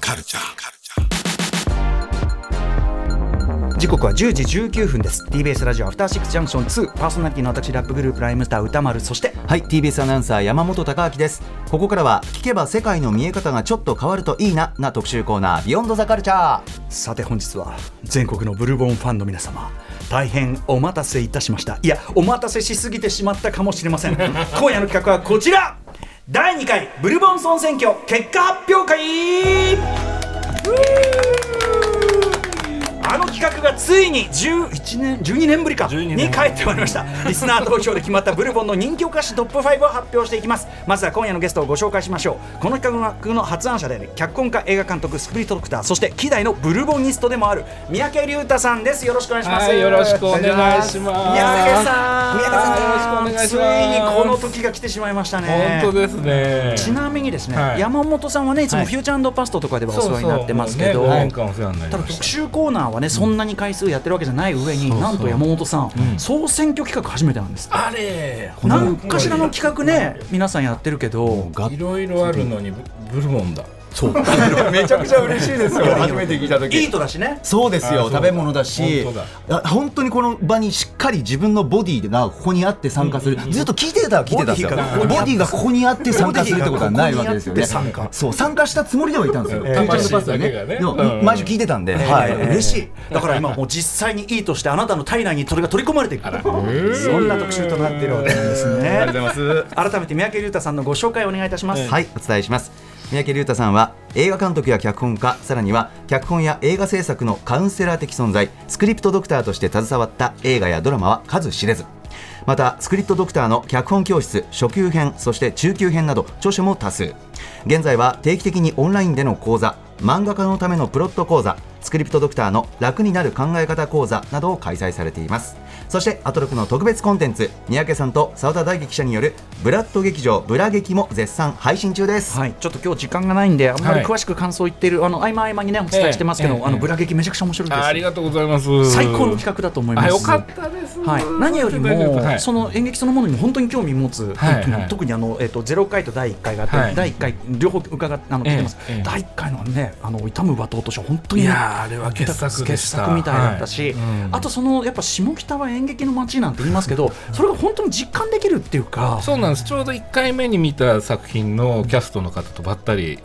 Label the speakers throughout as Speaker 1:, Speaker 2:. Speaker 1: カルチャーカルチャー
Speaker 2: 時刻は10時19分です TBS ラジオアフターシックスジャンクション2パーソナリティの私ラップグループライムスター歌丸そして
Speaker 3: はい TBS アナウンサー山本貴明ですここからは聞けば世界の見え方がちょっと変わるといいなな特集コーナービヨンドザカルチャー
Speaker 2: さて本日は全国のブルボンファンの皆様大変お待たせいたしましたいやお待たせしすぎてしまったかもしれま せん今夜の企画はこちら第2回ブルボン総選挙結果発表会あの企画がついに11年12年ぶりかに帰ってまいりましたリスナー投票で決まったブルボンの人気お菓子トップ5を発表していきますまずは今夜のゲストをご紹介しましょうこの企画の発案者であり脚本家映画監督スピリットドクターそして希代のブルボニストでもある三宅龍太さんですよろしくお願いします、
Speaker 4: はい、よろしくお願いします。
Speaker 2: 三宅さん
Speaker 4: 三宅さん
Speaker 2: 三宅さん
Speaker 4: よろしくお願いします
Speaker 2: ついにこの時が来てしまいましたね
Speaker 4: 本当ですね。
Speaker 2: ちなみにですね、
Speaker 4: はい
Speaker 2: 山本さんはねいつも
Speaker 4: はい
Speaker 2: フューチャーパストとかではお世話になってますけど、
Speaker 4: そうそうもうね五年間お世話になり
Speaker 2: ただ
Speaker 4: まし
Speaker 2: 特
Speaker 4: た。
Speaker 2: 集コーナーはねそんなに回数やってるわけじゃない上に、なんと山本さん、総選挙企画初めてなんです
Speaker 4: あれ、
Speaker 2: 何かしらの企画ね皆さんやってるけど
Speaker 3: 画
Speaker 4: いろいろあるのにブブルボンだ。
Speaker 3: そう
Speaker 4: めちゃくちゃ嬉しいですよ。初めて聞いた
Speaker 2: いい
Speaker 4: 時。
Speaker 2: とだしね
Speaker 3: そうです
Speaker 4: あ
Speaker 3: よ
Speaker 4: そうだ
Speaker 3: 食べ物だし
Speaker 4: 本当
Speaker 3: あ本当にこの場にしっかり自分のボディがここにあって参加するずっと聞いてたは聞いてたんですよ
Speaker 2: ボ
Speaker 3: ボ
Speaker 2: デ
Speaker 3: デ
Speaker 2: ィがここにあって
Speaker 3: ィがここにあって参加するってことはないわけですよね
Speaker 2: ボディがここにあって参加
Speaker 3: そう参加したつもりではいたんですよ
Speaker 4: ええ
Speaker 3: フューチャーパスト
Speaker 4: だけがね
Speaker 3: でも
Speaker 4: うん
Speaker 3: 毎週聞いてたんではい
Speaker 2: 嬉しいだから今もう実際にいいとしてあなたの体内にそれが取り込まれていく そんな特集となっているわけなんですね
Speaker 4: ます。
Speaker 2: 改めて三宅龍太さんのご紹介をお願いいたします、
Speaker 3: はい、お伝えします。三宅龍太さんは映画監督や脚本家さらには脚本や映画制作のカウンセラー的存在スクリプトドクターとして携わった映画やドラマは数知れずまたスクリプトドクターの脚本教室初級編そして中級編など著書も多数現在は定期的にオンラインでの講座漫画家のためのプロット講座スクリプトドクターの楽になる考え方講座などを開催されていますそしてアトロクの特別コンテンツ三宅さんと澤田大樹記者によるブラッド劇場ブラ劇も絶賛配信中です、
Speaker 2: はい、ちょっと今日時間がないんで、あんまり詳しく感想言ってる、あの合間合間にね、お伝えしてますけど、
Speaker 4: ええええ
Speaker 2: あのブラ劇めちゃくちゃ面白いです。
Speaker 4: ありがとうございます。
Speaker 2: 最高の企画だと思います。
Speaker 4: あ、よかったです。
Speaker 2: はい、何よりも、
Speaker 4: はい
Speaker 2: その演劇そのものにも本当に興味持つ、
Speaker 4: はいはい
Speaker 2: 特にあの、えっと0回と第1回があって、
Speaker 4: はい
Speaker 2: 第1回両方伺ってあの聞いてます、
Speaker 4: ええええ
Speaker 2: 第1回のねあの痛む罵倒として本当に
Speaker 4: い
Speaker 2: ね、
Speaker 4: やーあれは傑作でした
Speaker 2: 傑作みたいだったし、
Speaker 4: はいうん
Speaker 2: あとそのやっぱ下北は演劇の街なんて言いますけどそれが本当に実感できるっていうか
Speaker 4: そうなんですちょうど1回目に見た作品のキャストの方とばったり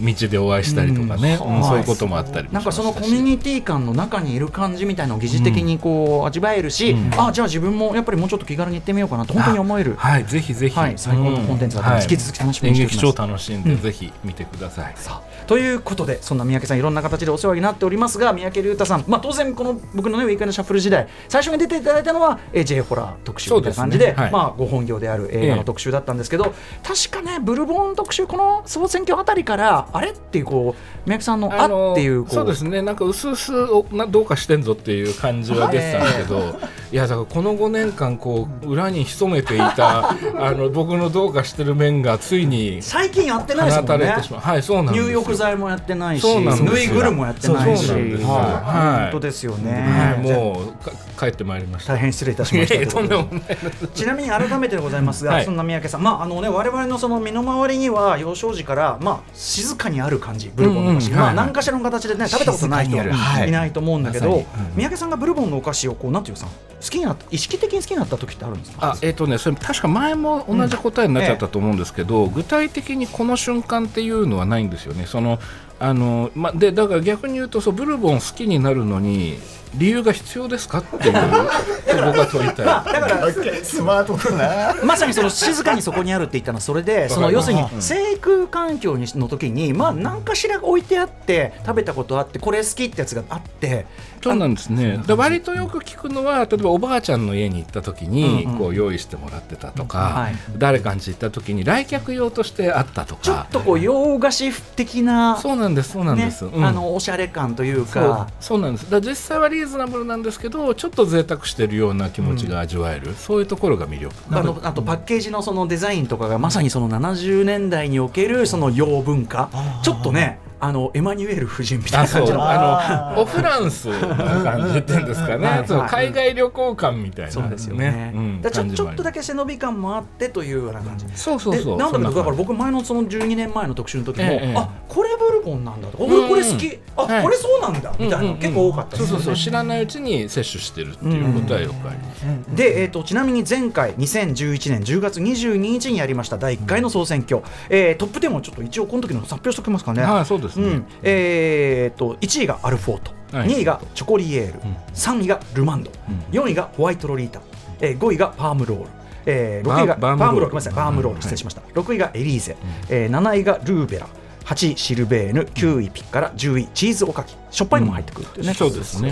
Speaker 4: 道でお会いしたりとかね、
Speaker 2: う
Speaker 4: うんんそういうこともあったりもし
Speaker 2: な
Speaker 4: ま
Speaker 2: ん
Speaker 4: した
Speaker 2: か
Speaker 4: し
Speaker 2: そのコミュニティ感の中にいる感じみたいなのを疑似的にこう味わえるし、
Speaker 4: うん
Speaker 2: あじゃあ自分もやっぱりもうちょっと気軽に行ってみようかなって本当に思える。
Speaker 4: はい、ぜひぜひ、
Speaker 2: はい最高のコンテンツだと思います
Speaker 4: うん
Speaker 2: 引き続き楽しみにしておきます
Speaker 4: 演劇超楽しんで、
Speaker 2: うん
Speaker 4: ぜひ見てください。
Speaker 2: さあということでそんな三宅さんいろんな形でお世話になっておりますが三宅龍太さん、まあ、当然この僕の、ね、ウィークエンドシャッフル時代最初に出ていただいたのは、えー、J ホラー特集みたいな感じで
Speaker 4: そうですねはい
Speaker 2: まあ、ご本業である映画の特集だったんですけど、確かねブルボン特集この総選挙あたりからあれっていうこう三宅さんの
Speaker 4: あの
Speaker 2: あっていうこう
Speaker 4: そうですね、なんか薄々おなどうかしてんぞっていう感じは出てたんですけど、 い、やだからこの5年間こう裏に潜めてい たあの僕のどうかしてる面がついに
Speaker 2: 最近やってないです
Speaker 4: 放
Speaker 2: も
Speaker 4: た
Speaker 2: ん
Speaker 4: れ
Speaker 2: ね
Speaker 4: てしまう。はい、そうなんですよ
Speaker 2: 入浴剤もやってないし
Speaker 4: そうなんですよ
Speaker 2: ぬいぐるもやってないし
Speaker 4: そうなんですよ
Speaker 2: はい
Speaker 4: はい
Speaker 2: 本当ですよ
Speaker 4: は
Speaker 2: ね、
Speaker 4: い、もうか帰ってまいりました。
Speaker 2: 大変失礼いたしました
Speaker 4: いやいやとんでもない
Speaker 2: ちなみに改めてでございますが、
Speaker 4: はい
Speaker 2: そんな三宅さん、まああのね、我々のその身の回りには幼少時から、まあ、静かにある感じ、ブルボンのお菓子、
Speaker 4: うんうんはい
Speaker 2: まあ、何かしらの形で、ね、食べたことない
Speaker 3: 静
Speaker 2: 人
Speaker 3: かにあるはい
Speaker 2: いないと思うんだけど、
Speaker 3: まさ
Speaker 2: 三宅さんがブルボンのお菓子をこうなんていうかさ好きになった意識的に好きになった時ってあるんですか
Speaker 4: あえっ、とねそれ確か前も同じ答えになっちゃったと思うんですけど、具体的にこの瞬間っていうのはないんですよね。そのあのまでだから逆に言うとそうブルボン好きになるのに理由が必要ですかっていう 僕は問いたい。
Speaker 2: だから
Speaker 3: スマートだな
Speaker 2: まさにその静かにそこにあるって言ったのはそれでその要するに生育環境にの時にまあ何かしら置いてあって食べたことあってこれ好きってやつがあって
Speaker 4: そうなんですね。だ割とよく聞くのは例えばおばあちゃんの家に行った時に、
Speaker 2: うんうん
Speaker 4: こう用意してもらってたとか、
Speaker 2: はい
Speaker 4: 誰かんち行った時に来客用としてあったと
Speaker 2: ちょっ
Speaker 4: か。
Speaker 2: とこう洋菓子的な
Speaker 4: そうなんですそうなんです。
Speaker 2: ね
Speaker 4: うん
Speaker 2: あのおしゃれ感という
Speaker 4: そう
Speaker 2: か。
Speaker 4: そうなんですだから実際はリーズナブルなんですけどちょっと贅沢してるような気持ちが味わえる、そういうところが 魅力
Speaker 2: あのあとパッケージのそのデザインとかがまさにその70年代におけるその洋文化ちょっとねあのエマニュエル夫人みたいな感じの
Speaker 4: あのオフランスな感じっていうんで すか
Speaker 2: はい
Speaker 4: ねそう海外旅行感みたいな
Speaker 2: そうですよね
Speaker 4: うん
Speaker 2: だからちょ
Speaker 4: 感じ
Speaker 2: ち
Speaker 4: も
Speaker 2: ょ
Speaker 4: あ
Speaker 2: っ
Speaker 4: り
Speaker 2: とだけ背伸び感もあってというような感じ
Speaker 4: そうそうそ
Speaker 2: で
Speaker 4: う
Speaker 2: なんだけどだから
Speaker 4: そんな感じ
Speaker 2: 僕前のその12年前の特集の時も、
Speaker 4: ええ
Speaker 2: あこれブル本なんだとか、俺これ好き、あ、
Speaker 4: はい
Speaker 2: これそうなんだみたいな、結構多かった
Speaker 4: そ
Speaker 2: です
Speaker 4: うそ
Speaker 2: よ
Speaker 4: う
Speaker 2: ね
Speaker 4: そう知らないうちに摂取してるっていうことはよくあります、
Speaker 2: で、えー、とちなみに前回2011年10月22日にやりました第1回の総選挙、えートップ10をちょっと一応この時の発表しておきますかね。
Speaker 4: ああそうです
Speaker 2: う
Speaker 4: ね、
Speaker 2: んえー、と1位がアルフォート、
Speaker 4: はい
Speaker 2: 2位がチョコリエール、
Speaker 4: ん
Speaker 2: 3位がルマンド、4位がホワイトロリータ、えー5位がパームロール、えー6位が
Speaker 4: バ
Speaker 2: パ
Speaker 4: ー
Speaker 2: ー
Speaker 4: ム
Speaker 2: ムロールご
Speaker 4: ロール
Speaker 2: めんなさいパームロー
Speaker 4: は
Speaker 2: ル
Speaker 4: い
Speaker 2: 失礼しました、6位がエリーゼ、えー7位がルーベラ8位シルベーヌ9位ピッカラ10位チーズおかきしょっぱいのも入ってくるっていうね、
Speaker 4: そうですね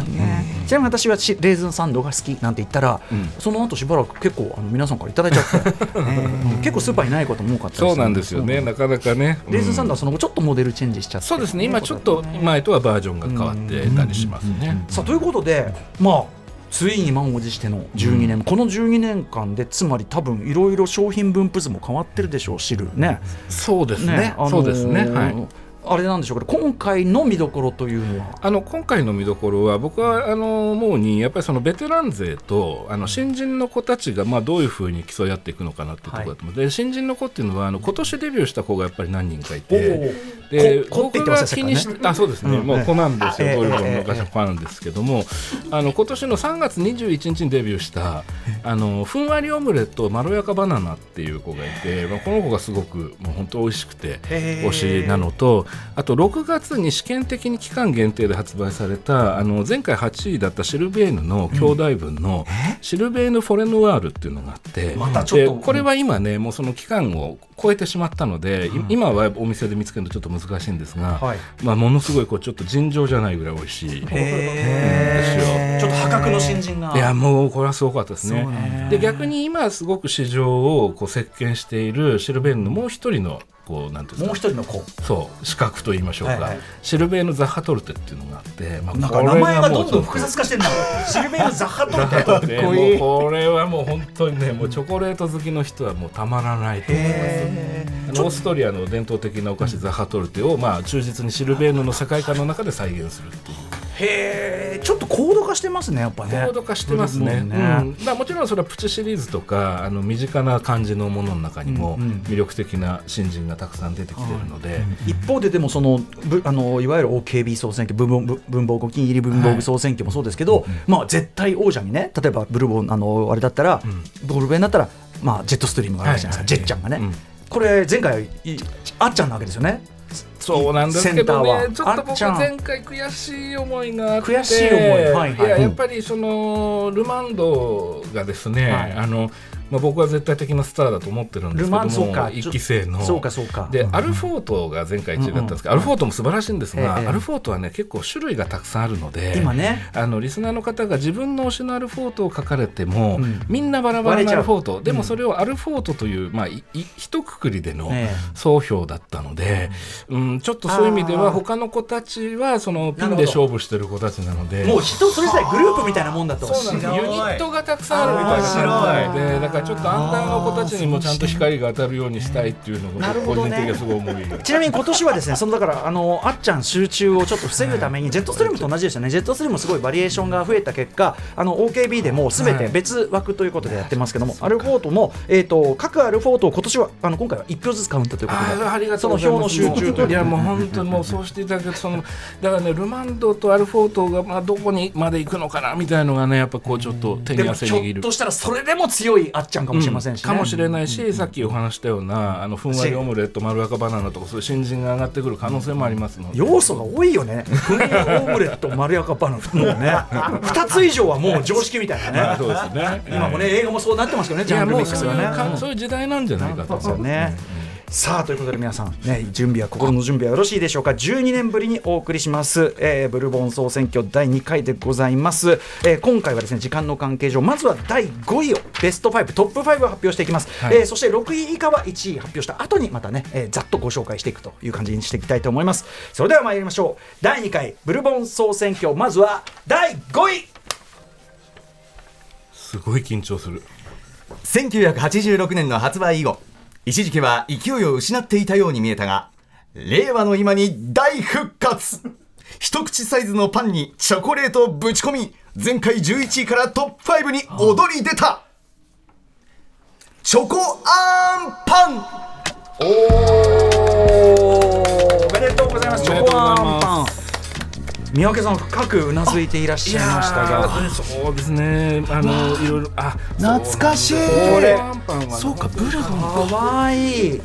Speaker 2: ちなみに私はしレーズンサンドが好きなんて言ったら、
Speaker 4: ん
Speaker 2: その後しばらく結構あの皆さんからいただいちゃって、 うん結構スーパーにないことも多かった
Speaker 4: そうなんですよね
Speaker 2: そう
Speaker 4: なかなかね
Speaker 2: レーズンサンド
Speaker 4: ド
Speaker 2: はその後ちょっとモデルチェンジしちゃって
Speaker 4: そうですね今ちょっと前とはバージョンが変わってたりしますね
Speaker 2: さあということでまあついに満を持しての12年、この12年間でつまり多分いろいろ商品分布図も変わってるでしょう知るね
Speaker 4: そうですね
Speaker 2: あのー
Speaker 4: そうですねはい
Speaker 2: あれなんでしょうけど今回の見どころというのは
Speaker 4: あの今回の見どころは僕はあの思うにやっぱりそのベテラン勢とあの新人の子たちがまあどういうふうに競い合っていくのかなっていうところだと思う、で新人の子っていうのはあの今年デビューした子がやっぱり何人かいて。で
Speaker 2: ここって言
Speaker 4: 僕
Speaker 2: ってま
Speaker 4: が
Speaker 2: したか
Speaker 4: 気
Speaker 2: ら
Speaker 4: に
Speaker 2: ね
Speaker 4: してあそうですね、
Speaker 2: うん
Speaker 4: もう子なんですよ、
Speaker 2: あええ
Speaker 4: ゴルフの
Speaker 2: ええ
Speaker 4: 昔の子なんですけども、あの今年の3月21日にデビューしたあのふんわりオムレットまろやかバナナっていう子がいて、まあ、この子がすごくもう本当美味しくて
Speaker 2: へえ
Speaker 4: 推しなのとあと6月に試験的に期間限定で発売されたあの前回8位だったシルベーヌの兄弟分のシルベーヌ・フォレノワールっていうのがあって、
Speaker 2: またちょっと
Speaker 4: でこれは今ねもうその期間を超えてしまったので、い今はお店で見つけるのちょっと難しいんですが、
Speaker 2: はい
Speaker 4: まあ、ものすごいこうちょっと尋常じゃないぐらい美味しい。
Speaker 2: へーちょっと破格の新人が
Speaker 4: いやもうこれはすごかったです
Speaker 3: そうなん
Speaker 4: ね。で逆に今すごく市場をこう席巻しているシルベーヌのもう一人のこうなんてい
Speaker 2: も
Speaker 4: うんです
Speaker 2: う
Speaker 4: か
Speaker 2: 一人の子
Speaker 4: そう資格と言いましょうか、
Speaker 2: はいはい
Speaker 4: シルベーヌ・ザッハトルテっていうのがあって、まあ、
Speaker 2: なんか名前がどんどん複雑化してる んだシルベール・ザッハトル テ
Speaker 4: かっこ
Speaker 3: かっこいい
Speaker 4: これはもう本当にねもうチョコレート好きの人はもうたまらないと思いますあのオーストリアの伝統的なお菓子ザッハトルテを、まあ、忠実にシルベーヌの世界観の中で再現するっていう
Speaker 2: へえちょっと高度化してますねやっぱね
Speaker 4: 高度化してますね
Speaker 2: そうです
Speaker 4: う
Speaker 2: ね
Speaker 4: んまあ、もちろんそれはプチシリーズとかあの身近な感じのものの中にも
Speaker 2: うんうん
Speaker 4: 魅力的な新人がたくさん出てきてるので、
Speaker 2: 一方ででもそのぶあのいわゆる OKB 総選挙文房文房具金入り文房具総選挙もそうですけど、まあ絶対王者にね例えばブルボンあのあれだったら、ボルベンだったらまあジェットストリームがあるわけじゃないですか、
Speaker 4: はい
Speaker 2: ジェッちゃんがね、
Speaker 4: うん
Speaker 2: これ前回いあっちゃんなわけですよね
Speaker 4: そうなんですけど
Speaker 2: セ
Speaker 4: ね、
Speaker 2: ン
Speaker 4: ち
Speaker 2: ター
Speaker 4: ょ
Speaker 2: は
Speaker 4: っと僕は前回悔しい思いがあって、
Speaker 2: 悔しい思いはいはい
Speaker 4: ややっぱりそのルマンドがですね、
Speaker 2: はい
Speaker 4: あのまあ僕は絶対的なスターだと思ってるんですけ
Speaker 2: ルマンそ
Speaker 4: ど
Speaker 2: う
Speaker 4: も、
Speaker 2: か
Speaker 4: 一期生の。
Speaker 2: そうかそうか
Speaker 4: で、アルフォートが前回1位だったんですけど、アルフォートも素晴らしいんですが、
Speaker 2: ええ
Speaker 4: アルフォートはね結構種類がたくさんあるので、
Speaker 2: 今ね
Speaker 4: あのリスナーの方が自分の推しのアルフォートを書かれても、
Speaker 2: うん
Speaker 4: みんなバラバラ
Speaker 2: 割れ
Speaker 4: の
Speaker 2: ち
Speaker 4: ア
Speaker 2: ゃう
Speaker 4: ルフォート、でもそれをアルフォートという、まあ、いい一括りでの
Speaker 2: ええ
Speaker 4: 総評だったので、うん、ちょっとそういう意味で
Speaker 2: あ
Speaker 4: は
Speaker 2: ー
Speaker 4: 他の子たちはそのピ
Speaker 2: なる
Speaker 4: ン
Speaker 2: ほ
Speaker 4: で
Speaker 2: ど
Speaker 4: 勝負してる子たちなので。
Speaker 2: もう人それぞれグループみたいなもんだと
Speaker 4: そうなんですユニットがたくさんあるみ
Speaker 2: あー
Speaker 4: たいな感じでだからちょっとアンダーの子たちにもちゃんと光が当たるようにしたいっていうの
Speaker 2: な
Speaker 4: が
Speaker 2: る
Speaker 4: 個
Speaker 2: ほど
Speaker 4: 人
Speaker 2: ね
Speaker 4: 的にはすごい思いが
Speaker 2: ちなみに今年はですね、そのだからあのあっちゃん集中をちょっと防ぐためにジェットストリームと同じでしたね。ジェットストリームもすごいバリエーションが増えた結果、あの OKB でもうすべて別枠ということでやってますけども、アルフォートもえっ、と各アルフォートを今年はあの今回は一票ずつカウントというこ
Speaker 4: あ
Speaker 2: とで。
Speaker 4: あありがと
Speaker 2: そうの
Speaker 4: ござい
Speaker 2: 票
Speaker 4: ま
Speaker 2: の
Speaker 4: す
Speaker 2: 集中という
Speaker 4: いやもう本当にもうそうしていただけるそのだからねルマンドとアルフォートがまあどこにまで行くのかなみたいのがねやっぱこうちょっと手
Speaker 2: で
Speaker 4: に
Speaker 2: も
Speaker 4: 汗
Speaker 2: ちょ
Speaker 4: 握
Speaker 2: っ
Speaker 4: る
Speaker 2: としたらそれでも強いあっちゃんかもしれませんし、ね
Speaker 4: かもしれないし、さっきお話したようなあのふんわりオムレットまろやかバナナとかそういう新人が上がってくる可能性もありますので、
Speaker 2: 要素が多いよね。フリーオムレットまろやかバナナもうね、 二つ以上はもう常識みたいなね。
Speaker 4: そうですね
Speaker 2: 今もね映画もそうなってますけどね、
Speaker 4: い
Speaker 2: ジャ
Speaker 4: や
Speaker 2: ンルミ
Speaker 4: もう
Speaker 2: ックス
Speaker 4: そうい
Speaker 2: は
Speaker 4: う
Speaker 2: ね。
Speaker 4: かそういう時代なんじゃないかと
Speaker 2: そうね。さあということで皆さん、ね、準備は心の準備はよろしいでしょうか12年ぶりにお送りします、えーブルボン総選挙第2回でございます、えー今回はですね時間の関係上まずは第5位をベスト5トップ5を発表していきます、
Speaker 4: はい
Speaker 2: えーそして6位以下は1位発表した後にまたね、えーざっとご紹介していくという感じにしていきたいと思いますそれでは参りましょう第2回ブルボン総選挙まずは第5位
Speaker 4: すごい緊張する
Speaker 3: 1986年の発売以後一時期は勢いを失っていたように見えたが令和の今に大復活一口サイズのパンにチョコレートをぶち込み前回11位からトップ5に躍り出たチョコアンパン
Speaker 2: おおめででとうございます。チョコアンパン。三宅さん深くうなずいていらっしゃいましたが、
Speaker 4: いやーそうですねあのいろいろあ
Speaker 3: 懐かしい
Speaker 4: そう
Speaker 2: れ
Speaker 4: アンパンはね
Speaker 3: そうかブルボン
Speaker 2: かわいい。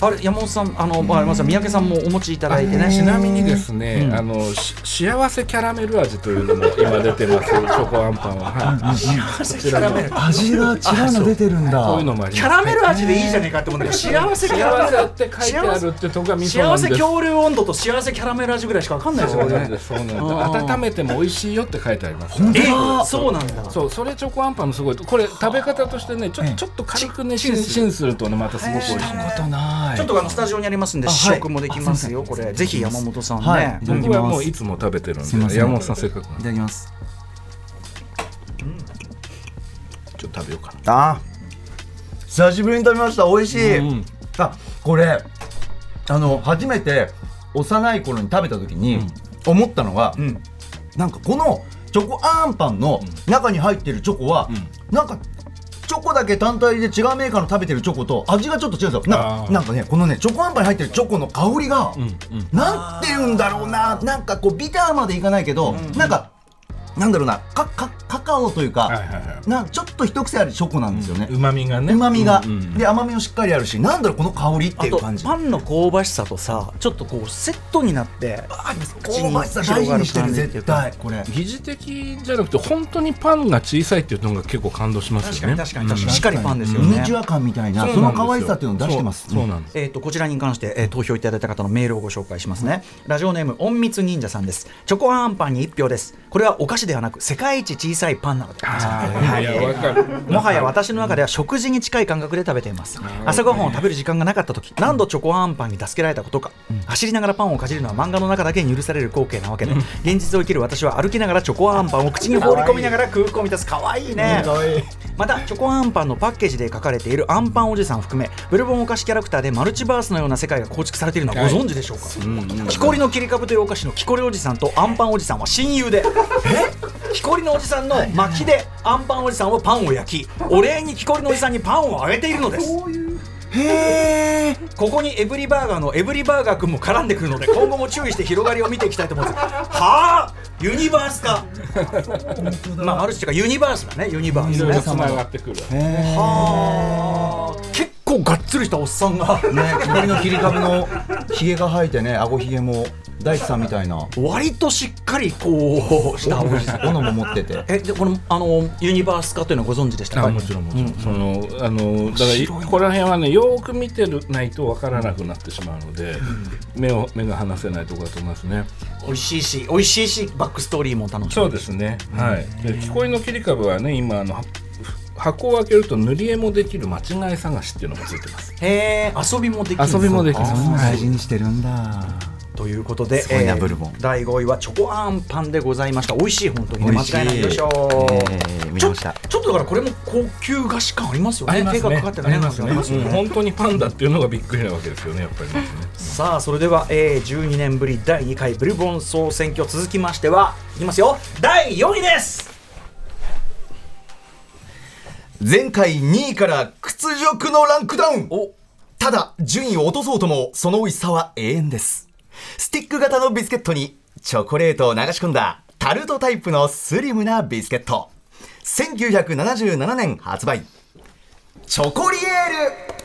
Speaker 2: あれ山本さんあのまあ山本さん三宅さんもお持ちいただいてね。
Speaker 4: ちなみにですね、あのし幸せキャラメル味というのも今出てます、チョコアンパンは。はい、
Speaker 2: キャラメル。
Speaker 3: 味が違うの出てるんだ
Speaker 4: そういうのもあります。
Speaker 2: キャラメル味でいいじゃねえかって思うんだけど、幸せキャラメ
Speaker 4: 幸せ
Speaker 2: ル
Speaker 4: だ
Speaker 2: 味
Speaker 4: って書いてあるってとこが味噌なん
Speaker 2: 幸
Speaker 4: です。
Speaker 2: せ恐竜温度と幸せキャラメル味ぐらいしかわかんないです
Speaker 4: そ
Speaker 2: よ
Speaker 4: うなん
Speaker 2: ね。
Speaker 4: です。そうなんです
Speaker 2: うん
Speaker 4: 温めても美味しいよって書いてあります。
Speaker 3: 本当
Speaker 2: え
Speaker 3: だ、
Speaker 2: そうなんだ。
Speaker 4: そう、それチョコアンパンのすごいと、これ食べ方としてね、ちょっとちょっと軽くね、チンチンするとね、またすごく美味しいんです。
Speaker 3: ことない
Speaker 2: ちょっとあのスタジオにありますんで
Speaker 3: あ
Speaker 2: 試
Speaker 3: はい
Speaker 2: 食もできますよ。
Speaker 3: あすい
Speaker 2: こ
Speaker 3: ません
Speaker 2: れぜひ山本さん
Speaker 3: は
Speaker 2: ね
Speaker 3: い。
Speaker 4: 僕はもういつも食べてるん
Speaker 3: すいま
Speaker 4: で、
Speaker 3: せん
Speaker 4: 山本さんせっかくなん
Speaker 3: い
Speaker 4: で
Speaker 3: ただきます
Speaker 4: ちょっと食べようかな。
Speaker 3: あー久しぶりに食べました美味しい、
Speaker 4: うん
Speaker 3: あこれあの初めて幼い頃に食べた時に思ったのが、
Speaker 2: うん。
Speaker 3: なんかこのチョコアンパンの中に入ってるチョコは、なんかチョコだけ単体で違うメーカーの食べてるチョコと味がちょっと違うんですよなんか
Speaker 4: あー
Speaker 3: なんかねこのねチョコアンパンに入ってるチョコの香りが、
Speaker 4: うんうん
Speaker 3: なんて言うんだろうななんかこうビターまでいかないけど、なんかなんだろうなかかカカオというか、
Speaker 4: はいはいはい。
Speaker 3: なんかちょっと一癖あるチョコなんですよね、
Speaker 4: うまみがね
Speaker 3: うまみが、
Speaker 4: うんうん
Speaker 3: で甘みもしっかりあるしなんだろうこの香りって
Speaker 2: あ
Speaker 3: いう
Speaker 2: と
Speaker 3: 感じ
Speaker 2: パンの香ばしさとさ、ちょっとこうセットになって。
Speaker 3: あります
Speaker 2: 口
Speaker 3: 香
Speaker 2: に
Speaker 3: ばしさ大事にしてる
Speaker 2: 広がる感じってい
Speaker 3: 絶
Speaker 2: うか
Speaker 3: 対これ
Speaker 4: 疑似的じゃなくて本当にパンが小さいっていうのが結構感動しますよね
Speaker 2: にしっかりパンですよ
Speaker 3: ミ
Speaker 2: ね
Speaker 3: ニチュア感みたいな
Speaker 4: うん
Speaker 3: その可愛さっていうのを出してます
Speaker 4: そうそうなんです
Speaker 2: えー、とこちらに関して、えー投票いただいた方のメールをご紹介しますね、ラジオネーム隠密忍者さんですチョコアンパンに1票ですこれはお菓子ではなく世界一小さいパンなので
Speaker 4: いやわかる
Speaker 2: もはや私の中では食事に近い感覚で食べています朝ごはんを食べる時間がなかった時何度チョコアンパンに助けられたことか、走りながらパンをかじるのは漫画の中だけに許される光景なわけで、現実を生きる私は歩きながらチョコアンパンを口に放り込みながら空港を満たすかわいいね
Speaker 3: 愛い
Speaker 2: またチョコアンパンのパッケージで書かれているアンパンおじさん含めブルボンお菓子キャラクターでマルチバースのような世界が構築されているのはご存知でしょうか、木こりの切り株というお菓子の木こりおじさんとアンパンおじさんは親友で木こりのおじさんの薪でアンパンおじさんはパンを焼きお礼に木こりのおじさんにパンをあげているのです
Speaker 3: へえ
Speaker 2: ここにエブリバーガーのエブリバーガー君も絡んでくるので今後も注意して広がりを見ていきたいと思いますはあユニバースかまあマルチというかユニバースだねユニバー
Speaker 4: い
Speaker 2: ス
Speaker 4: ろいろ
Speaker 2: ね
Speaker 4: つながってくる
Speaker 2: はあ結構がっつりしたおっさんが
Speaker 3: ね左の切り株のひげが生えてね顎ひげも大地さんみたいな
Speaker 2: 割としっかりこうしたおじさん
Speaker 3: 斧も持ってて
Speaker 2: えでこのあのユニバース化というのはご存知でしたか
Speaker 4: あもちろんもちろん、そのあのだからいここら辺はねよーく見てるないとわからなくなってしまうので、目を目が離せないところだと思いますね
Speaker 2: 美味しいし美味しいしバックストーリーも楽し
Speaker 4: そう
Speaker 2: み
Speaker 4: ですね、はいで木こりの切り株はね今あのは箱を開けると塗り絵もできる間違い探しっていうのがついてます
Speaker 2: へえ遊びもできる
Speaker 4: 遊びもできる
Speaker 2: そうか
Speaker 4: そうです
Speaker 3: にしてるんだ
Speaker 2: ということです
Speaker 3: ごいなブルボン
Speaker 2: 第5位はチョコあんパンでございました美味しい本当にね
Speaker 3: 美
Speaker 2: 間
Speaker 3: 味しい
Speaker 2: 違いないでしょう
Speaker 3: えー見
Speaker 2: ちょ
Speaker 3: ました
Speaker 2: ちょっとだからこれも高級菓子感ありますよね手がかかってる
Speaker 4: ありますね
Speaker 2: ありますよね
Speaker 4: うん本当にパンダっていうのがびっくりなわけですよねやっぱりね
Speaker 2: さあそれでは、えー、12年ぶり第2回ブルボン総選挙続きましてはいきますよ第4位です
Speaker 3: 前回2位から屈辱のランクダウン
Speaker 2: お
Speaker 3: ただ順位を落とそうともその美味しさは永遠ですスティック型のビスケットにチョコレートを流し込んだタルトタイプのスリムなビスケット1977年発売チョコリエ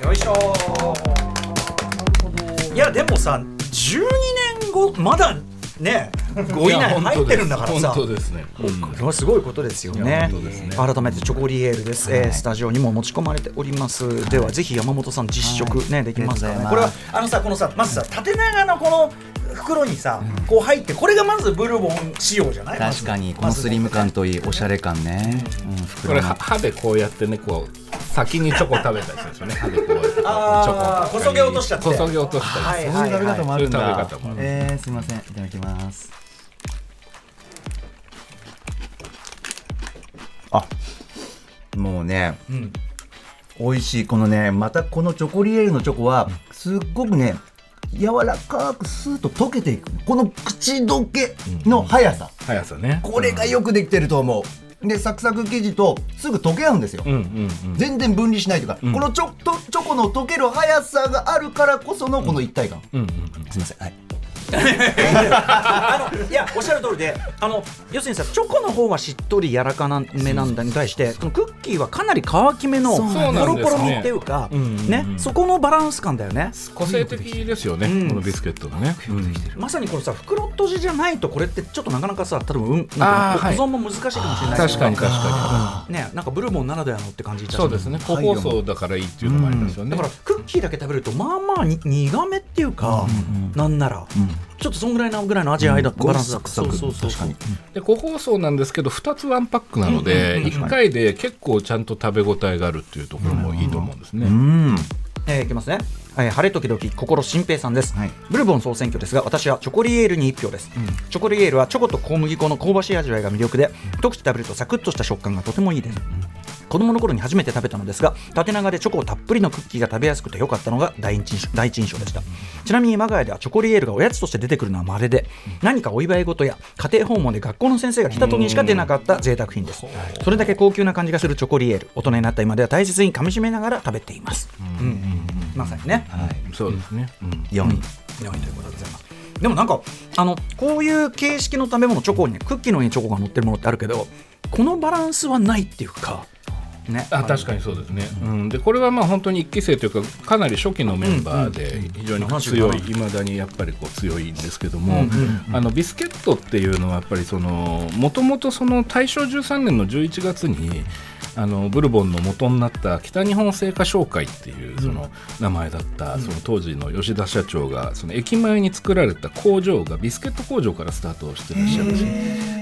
Speaker 3: ー
Speaker 2: よいしょいやでもさ12年後まだね5位以内入ってるんだからさ
Speaker 4: 本当ですね、うん
Speaker 2: これはすごいことですよ
Speaker 4: いや
Speaker 2: ね
Speaker 4: 本当ですね
Speaker 2: 改めてチョコリエールです、えースタジオにも持ち込まれております、ではぜひ山本さん実食ね、できますからね
Speaker 3: あ
Speaker 2: こ
Speaker 3: り
Speaker 2: れ
Speaker 3: がとうござい
Speaker 2: は
Speaker 3: ます
Speaker 2: あのさこのさまずさ縦長のこの袋にさ、こう入ってこれがまずブルボン仕様じゃない
Speaker 3: ル確かにこのスリム感といいおしゃれ感ね、うん、
Speaker 4: こ
Speaker 3: 袋
Speaker 4: れは歯でこうやってねこう先にチョコ食べたりするんですよね歯でこうやってこうチョ
Speaker 2: あー
Speaker 4: コを
Speaker 2: こそげ落としちゃって
Speaker 4: こそげ落としたりする
Speaker 2: はい
Speaker 3: そういう食べ方もあるんだ、
Speaker 4: はいはいそういう食べ方もある
Speaker 3: えー、すいませんいただきますあもうね
Speaker 2: うん
Speaker 3: 美味しいこのねまたこのチョコリエールのチョコはすっごくね柔らかくスーッと溶けていくこの口どけの速さ
Speaker 4: 速さね
Speaker 3: これがよくできてると思うでサクサク生地とすぐ溶け合うんですよ
Speaker 4: うんうんうん
Speaker 3: 全然分離しないというか、
Speaker 4: ん
Speaker 3: このチョとチョコの溶ける速さがあるからこそのこの一体感、
Speaker 4: うんうんうん
Speaker 3: すいませんはい
Speaker 2: あのいやおっしゃる通りであの要するにさチョコの方はしっとり柔らかなめなんだに対してこのクッキーはかなり乾きめの
Speaker 4: そうなん
Speaker 2: ポ
Speaker 4: ですよ
Speaker 2: ロ
Speaker 4: ね
Speaker 2: ポロみっていうか
Speaker 4: うんうんうん
Speaker 2: ねそこのバランス感だよね
Speaker 4: 個性的ですよね、
Speaker 2: うん
Speaker 4: このビスケットがね。うん
Speaker 2: まさにこれさ袋閉じじゃないとこれってちょっとなかなかさ多分うんなん
Speaker 4: あー
Speaker 2: か
Speaker 4: はい
Speaker 2: 保存も難しいかもしれないけど
Speaker 4: 確かに確か
Speaker 2: ねなんかブルボンならではのって感じい
Speaker 4: に。
Speaker 2: た
Speaker 4: そうですね。個包装だからいいっていうのもありますよね。
Speaker 2: だからクッキーだけ食べるとまあまあに苦めっていうか、なんなら、ちょっとそんぐらいなぐらいの味合いだ、バランスだ
Speaker 3: サクサク
Speaker 2: そうそうそう
Speaker 3: 確かに
Speaker 4: で個包装なんですけど2つワンパックなので1回で結構ちゃんと食べ応えがあるっていうところもいいと思うんですね。
Speaker 3: うん
Speaker 2: えーいきますね、えー晴れ時々心心平さんです、
Speaker 3: はい
Speaker 2: ブルボン総選挙ですが私はチョコリエールに1票です、チョコリエールはチョコと小麦粉の香ばしい味わいが魅力で一口食べるとサクッとした食感がとてもいいです、子供の頃に初めて食べたのですが縦長でチョコをたっぷりのクッキーが食べやすくて良かったのが第一印象第一印象でしたちなみに我が家ではチョコリエールがおやつとして出てくるのは稀で何かお祝い事や家庭訪問で学校の先生が来た時にしか出なかった贅沢品ですそれだけ高級な感じがするチョコリエール大人になった今では大切に噛みしめながら食べていますうんまさにね
Speaker 4: そうですね。うん
Speaker 3: 4位
Speaker 2: 良いということでございますでもなんかあのこういう形式の食べ物チョコにクッキーの上にチョコが乗ってるものってあるけどこのバランスはないっていうかね
Speaker 4: あ確かにそうですね、うん、でこれはまあ本当に一期生というかかなり初期のメンバーで非常に強いいまだにやっぱりこう強いんですけども、あのビスケットっていうのはやっぱりそのもともとその大正13年の11月にあのブルボンの元になった北日本製菓商会っていうその名前だった、その当時の吉田社長がその駅前に作られた工場がビスケット工場からスタートしてらっしゃるんですよ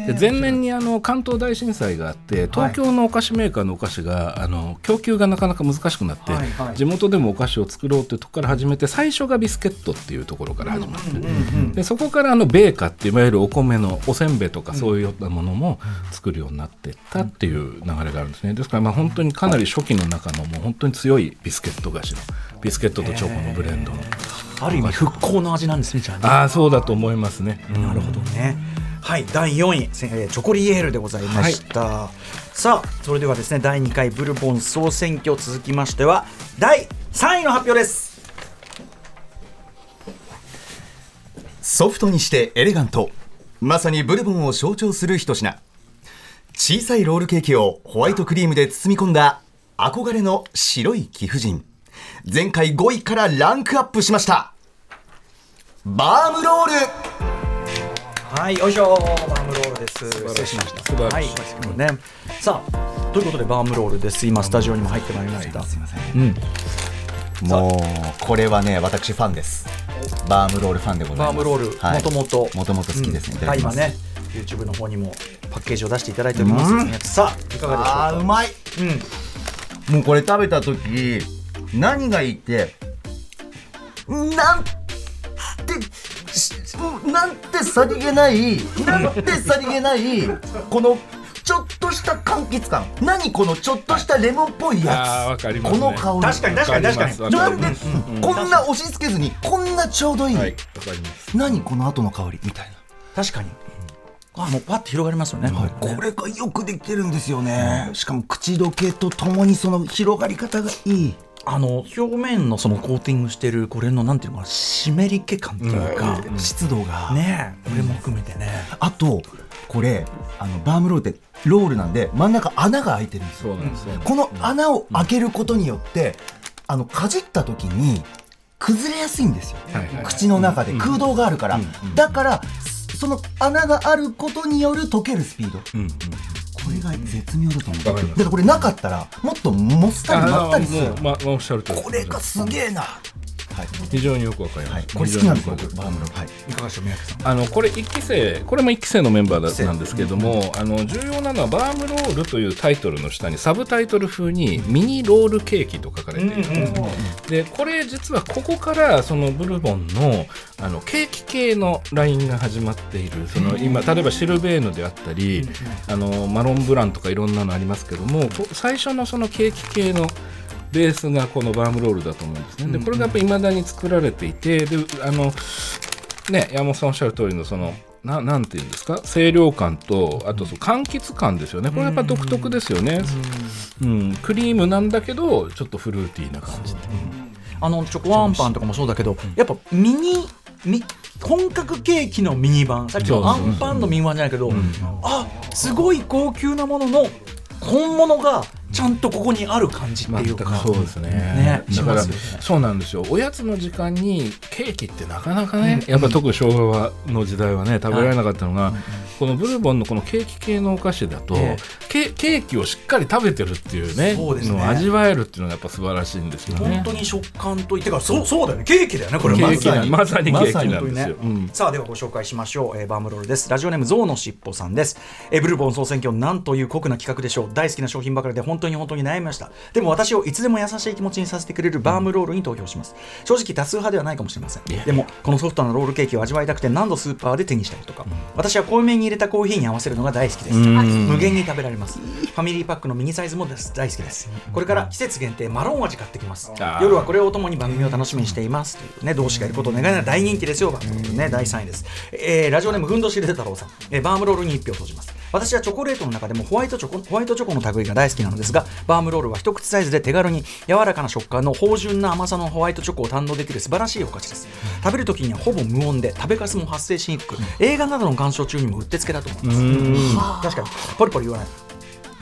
Speaker 4: で前年にあの関東大震災があって東京のお菓子メーカーのお菓子があの供給がなかなか難しくなって、
Speaker 2: はいはい
Speaker 4: 地元でもお菓子を作ろうっていうとこから始めて最初がビスケットっていうところから始まって、でそこからあの米菓っていわゆるお米のおせんべいとかそういうようなものも作るようになってったっていう流れがあるんですねですからまあ本当にかなり初期の中のもう本当に強いビスケット菓子のビスケットとチョコのブレンドの、
Speaker 2: ある意味復興の味なんですねじゃあね
Speaker 4: ああそうだと思いますね。うん
Speaker 2: なるほどね。はい、第4位、せえーチョコリエールでございました。さあ、それではですね、第2回ブルボン総選挙続きましては、第3位の発表です。
Speaker 3: ソフトにしてエレガントまさにブルボンを象徴する一品小さいロールケーキをホワイトクリームで包み込んだ憧れの白い貴婦人前回5位からランクアップしましたバームロール
Speaker 2: はい、よいしょ、バームロールです。
Speaker 4: 晴らし
Speaker 2: 失礼し
Speaker 4: い
Speaker 2: ました。
Speaker 4: 素晴らしい
Speaker 2: はい、ね。さあ、ということで、バームロールです。今スタジオにも入ってまいりました。
Speaker 3: ません
Speaker 2: うん、
Speaker 3: もうこれはね私ファンですバームロールファンでござ
Speaker 2: バ
Speaker 3: います
Speaker 2: ームロール、もともと。
Speaker 3: もともと好きです
Speaker 2: う
Speaker 3: ね、
Speaker 2: ん
Speaker 3: いただ
Speaker 2: はい、
Speaker 3: き
Speaker 2: 今
Speaker 3: ます
Speaker 2: ね、YouTube の方にもパッケージを出していただいております。
Speaker 3: うん
Speaker 2: さあ、いかがでしょう
Speaker 3: あ
Speaker 2: か
Speaker 3: ーう。まい
Speaker 2: うん、
Speaker 3: もうこれ食べた時何がいいってなんてしなんてさりげないなんてさりげないこのちょっとした柑橘感何このちょっとしたレモンっぽい
Speaker 4: あー
Speaker 3: や
Speaker 4: わかり
Speaker 3: つ
Speaker 4: ます
Speaker 3: こ
Speaker 4: ね
Speaker 3: の香り
Speaker 2: 確かに、確かに、確かに。
Speaker 3: な
Speaker 4: わか
Speaker 3: ん
Speaker 4: り
Speaker 3: で
Speaker 4: ます
Speaker 3: こんな押し付けずにこんなちょうどいい、
Speaker 4: はい、わかります。
Speaker 3: 何この後の香りみたい
Speaker 2: 確かに。あ、もうパッと広がりますよね。
Speaker 3: な、これがよくできてるんですよねしかも口どけとともにその広がり方がいい
Speaker 2: あの表面のそのコーティングしてるこれのなんていうのかな湿り気感というか、
Speaker 3: 湿度が、
Speaker 2: ねえこれも含めてね、
Speaker 3: あとこれあのバームロールってロールなんで真ん中穴が開いてるんです
Speaker 4: そ
Speaker 3: よ
Speaker 4: うなんです。そうなんです
Speaker 3: この穴を開けることによってあのかじった時に崩れやすいんですよ
Speaker 4: はいはい
Speaker 3: 口の中で空洞があるからだからその穴があることによる溶けるスピード
Speaker 4: うんうん
Speaker 3: これが絶妙だと思うだ
Speaker 4: わかりま
Speaker 3: か
Speaker 4: す
Speaker 3: らこれなかったらもっともっさりまったりする
Speaker 4: あーもうままおっしゃると
Speaker 3: これがすげえなはい、
Speaker 4: 非常によくわかりま
Speaker 3: はい
Speaker 4: す。、
Speaker 3: これ好きなんです
Speaker 4: 非常
Speaker 3: よ
Speaker 4: によくわか
Speaker 3: バー
Speaker 4: ります
Speaker 3: ムロールはい
Speaker 2: いかがでしょう宮家さん
Speaker 4: あのこれ一期生これも一期生のメンバーだなんですけどもあの重要なのは「バームロール」というタイトルの下にサブタイトル風に「ミニロールケーキ」と書かれているんですね、でこれ実はここからそのブルボンのあのケーキ系のラインが始まっているその今例えばシルベーヌであったりあのマロンブランとかいろんなのありますけどもこ最初のそのケーキ系のベースがこのバームロールだと思うんですね。でこれがやっぱ未だに作られていてであのね、山本さんおっしゃる通りのそのななんていうんですか清涼感とあとその柑橘感ですよねこれやっぱ独特ですよね、うんクリームなんだけどちょっとフルーティーな感じで
Speaker 2: あのチョコワンパンとかもそうだけどやっぱミニミ本格ケーキのミニ版さっきのアンパンのミニ版じゃないけど、あすごい高級なものの本物がちゃんとここにある感じってい
Speaker 4: 全
Speaker 2: う
Speaker 4: く
Speaker 2: か。
Speaker 4: そうですね
Speaker 2: ね
Speaker 4: だから、
Speaker 2: しますよね
Speaker 4: そうなんですよおやつの時間にケーキってなかなかね、やっぱ特に昭和の時代はね食べられなかったのが、このブルボンのこのケーキ系のお菓子だと、
Speaker 2: え
Speaker 4: ケケーキをしっかり食べてるっていうね
Speaker 2: そうですね
Speaker 4: のを味わえるっていうのがやっぱ素晴らしいんですよ
Speaker 2: 本
Speaker 4: ね
Speaker 2: 当。に食感といってかそうそうだよねケーキだよねこれ
Speaker 4: ケ
Speaker 2: ま
Speaker 4: ー
Speaker 2: ず
Speaker 4: キなまさにケーキ
Speaker 3: まさに
Speaker 4: なんですよ。
Speaker 2: 本当にね
Speaker 4: うん
Speaker 2: さあではご紹介しましょう、えーバームロールですラジオネームゾウのしっぽさんです、えーブルボン総選挙なんという酷な企画でしょう大好きな商品ばかりで本当に本当に悩みましたでも私をいつでも優しい気持ちにさせてくれるバームロールに投票します正直多数派ではないかもしれませんでもこのソフトなロールケーキを味わいたくて何度スーパーで手にしたりとか、私は濃いめに入れたコーヒーに合わせるのが大好きです無限に食べられますファミリーパックのミニサイズもです大好きですこれから季節限定マロン味買ってきます
Speaker 4: ー
Speaker 2: 夜はこれをお供に番組を楽しみにしていますというね同志がいることを願いながら大人気ですよ番組ね第3位です、えーラジオネームふんどしで太郎さん、えーバームロールに1票投じます私はチョコレートの中でもホワイトチョコホワイトチョコの類が大好きなのですがバームロールは一口サイズで手軽に柔らかな食感の芳醇な甘さのホワイトチョコを堪能できる素晴らしいお菓子です食べる時にはほぼ無音で食べかすも発生しにくく映画などの鑑賞中にもうってつけだと思います確かにポリポリ言わない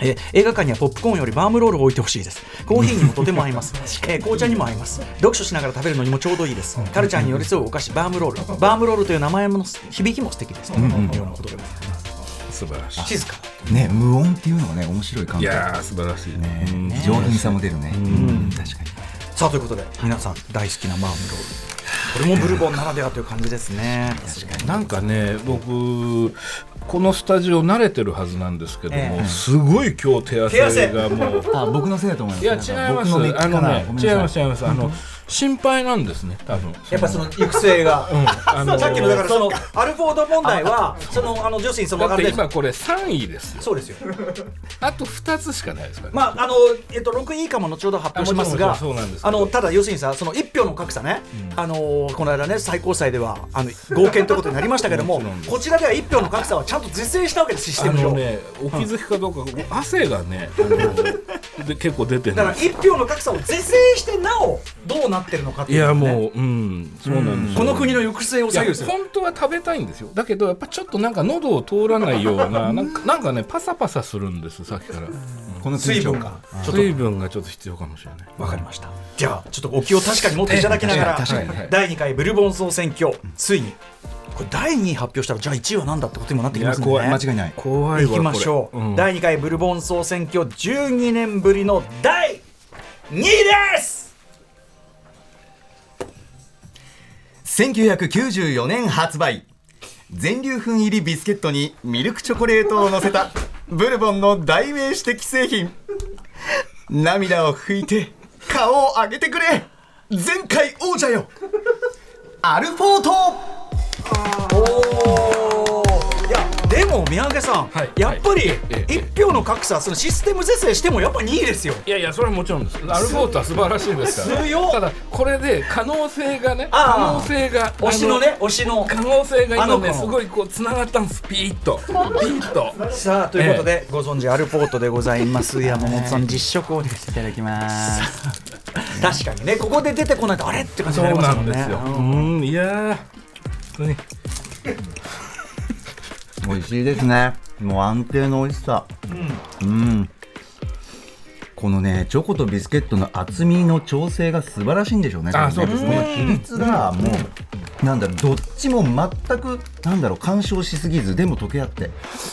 Speaker 2: えー映画館にはポップコーンよりバームロールを置いてほしいですコーヒーにもとても合います えー紅茶にも合います読書しながら食べるのにもちょうどいいですカルチャーに寄り添うお菓子バームロールバームロールという名前も響きも素敵ですというようなことでございます
Speaker 4: 素晴らしい。
Speaker 2: 静か
Speaker 3: ね無音っていうのがね面白い感
Speaker 4: い
Speaker 3: じ
Speaker 4: やー素晴らしい。
Speaker 3: ね
Speaker 4: うん
Speaker 3: 上品さも出るね、うん、確かに
Speaker 2: さあということで皆さん大好きなバームロールこれもブルボンならではという感じですね
Speaker 4: なんかね僕このスタジオ慣れてるはずなんですけども、
Speaker 2: ええ
Speaker 4: すごい今日手汗がもう
Speaker 3: あ僕のせいだと思います
Speaker 4: いや違
Speaker 3: な
Speaker 4: い
Speaker 3: んか
Speaker 4: ま
Speaker 3: 僕
Speaker 4: す
Speaker 3: のメッキ
Speaker 4: あ
Speaker 3: か
Speaker 4: の
Speaker 3: な
Speaker 4: ね
Speaker 3: ごめん
Speaker 4: 違い
Speaker 3: な
Speaker 4: ます
Speaker 3: さい
Speaker 4: 違いますあの心配なんですね多分
Speaker 2: やっぱその行く末が
Speaker 4: うんあの
Speaker 2: さっきのだ からそのアルフォード問題はそのあの女子にその
Speaker 4: だって
Speaker 2: る
Speaker 4: 今これ3位ですよ
Speaker 2: そうですよ
Speaker 4: あと2つしかないですから、ね
Speaker 2: まああのえっと6位以下も後ほど発表します
Speaker 4: あ
Speaker 2: が
Speaker 4: もちろんもちろんそうなんですけ、ど
Speaker 2: あのただ要するにさその1票の格差ね、あのこの間ね最高裁ではあの合憲ということになりましたけども、こちらでは1票の格差はちゃんと是正したわけですシステ
Speaker 4: あ
Speaker 2: ム
Speaker 4: の
Speaker 2: 上。
Speaker 4: ねお気づきかどうか、汗がねあので結構出てる
Speaker 2: だから1票の格差を是正してなおどうなってるのかって
Speaker 4: い
Speaker 2: いうね、
Speaker 4: やもう、うんそうなんですよ
Speaker 2: この国の行く末を
Speaker 4: い
Speaker 2: 左
Speaker 4: や
Speaker 2: 右する。
Speaker 4: 本当は食べたいんですよだけどやっぱちょっとなんか喉を通らないようななんかなんかねパサパサするんですさっきから
Speaker 3: この
Speaker 2: 水
Speaker 3: 緊張
Speaker 2: 分
Speaker 3: 感
Speaker 2: が
Speaker 4: 水分がちょっと必要かもしれない
Speaker 2: わかりました。じゃあちょっとお気を確かに持っていただきながら、
Speaker 4: ええ確かに確かに
Speaker 2: 第2回ブルボン総選挙ついにこれ第2位発表したらじゃあ1位は何だってことにもなってきますね。
Speaker 4: いや怖
Speaker 3: 間違いない
Speaker 4: 怖い
Speaker 2: い
Speaker 4: わ
Speaker 2: きましょう、
Speaker 4: これん
Speaker 2: 第2回ブルボン総選挙12年ぶりの第2位です
Speaker 3: 1994年発売全粒粉入りビスケットにミルクチョコレートを乗せたブルボンの代名詞的製品涙を拭いて顔を上げてくれ前回王者よアルフォート
Speaker 2: おーいやでも宮家さん、
Speaker 4: はい
Speaker 2: やっぱり
Speaker 4: はいええ
Speaker 2: 1票の格差そのシステム是正してもやっぱ2位ですよ
Speaker 4: いやいやそれはもちろんですアルフォートは素晴らしいですから
Speaker 2: 強った
Speaker 4: だこれで可能性がね可
Speaker 2: ああ
Speaker 4: 能性が
Speaker 2: 推しのね推しの
Speaker 4: あの可能性が
Speaker 2: あの子
Speaker 4: 今
Speaker 2: の
Speaker 4: ねすごいこうつながったんですピーッとピーッと
Speaker 2: さあということで、ご存知アルポートでございます山本さん実食をね
Speaker 3: いただきます
Speaker 2: 確かにねここで出てこないとあれって感じ
Speaker 4: そ
Speaker 2: にな
Speaker 4: う
Speaker 2: りま
Speaker 4: な
Speaker 2: すも
Speaker 4: ん
Speaker 2: んね
Speaker 4: ですようんいやー本当に
Speaker 3: 美味しいですねもう安定の美味しさうんこのねチョコとビスケットの厚みの調整が素晴らしいんでしょうね
Speaker 4: あ
Speaker 3: これ
Speaker 4: そうですね
Speaker 3: この比率がもうなんだろうどっちも全くなんだろう干渉しすぎずでも溶け合って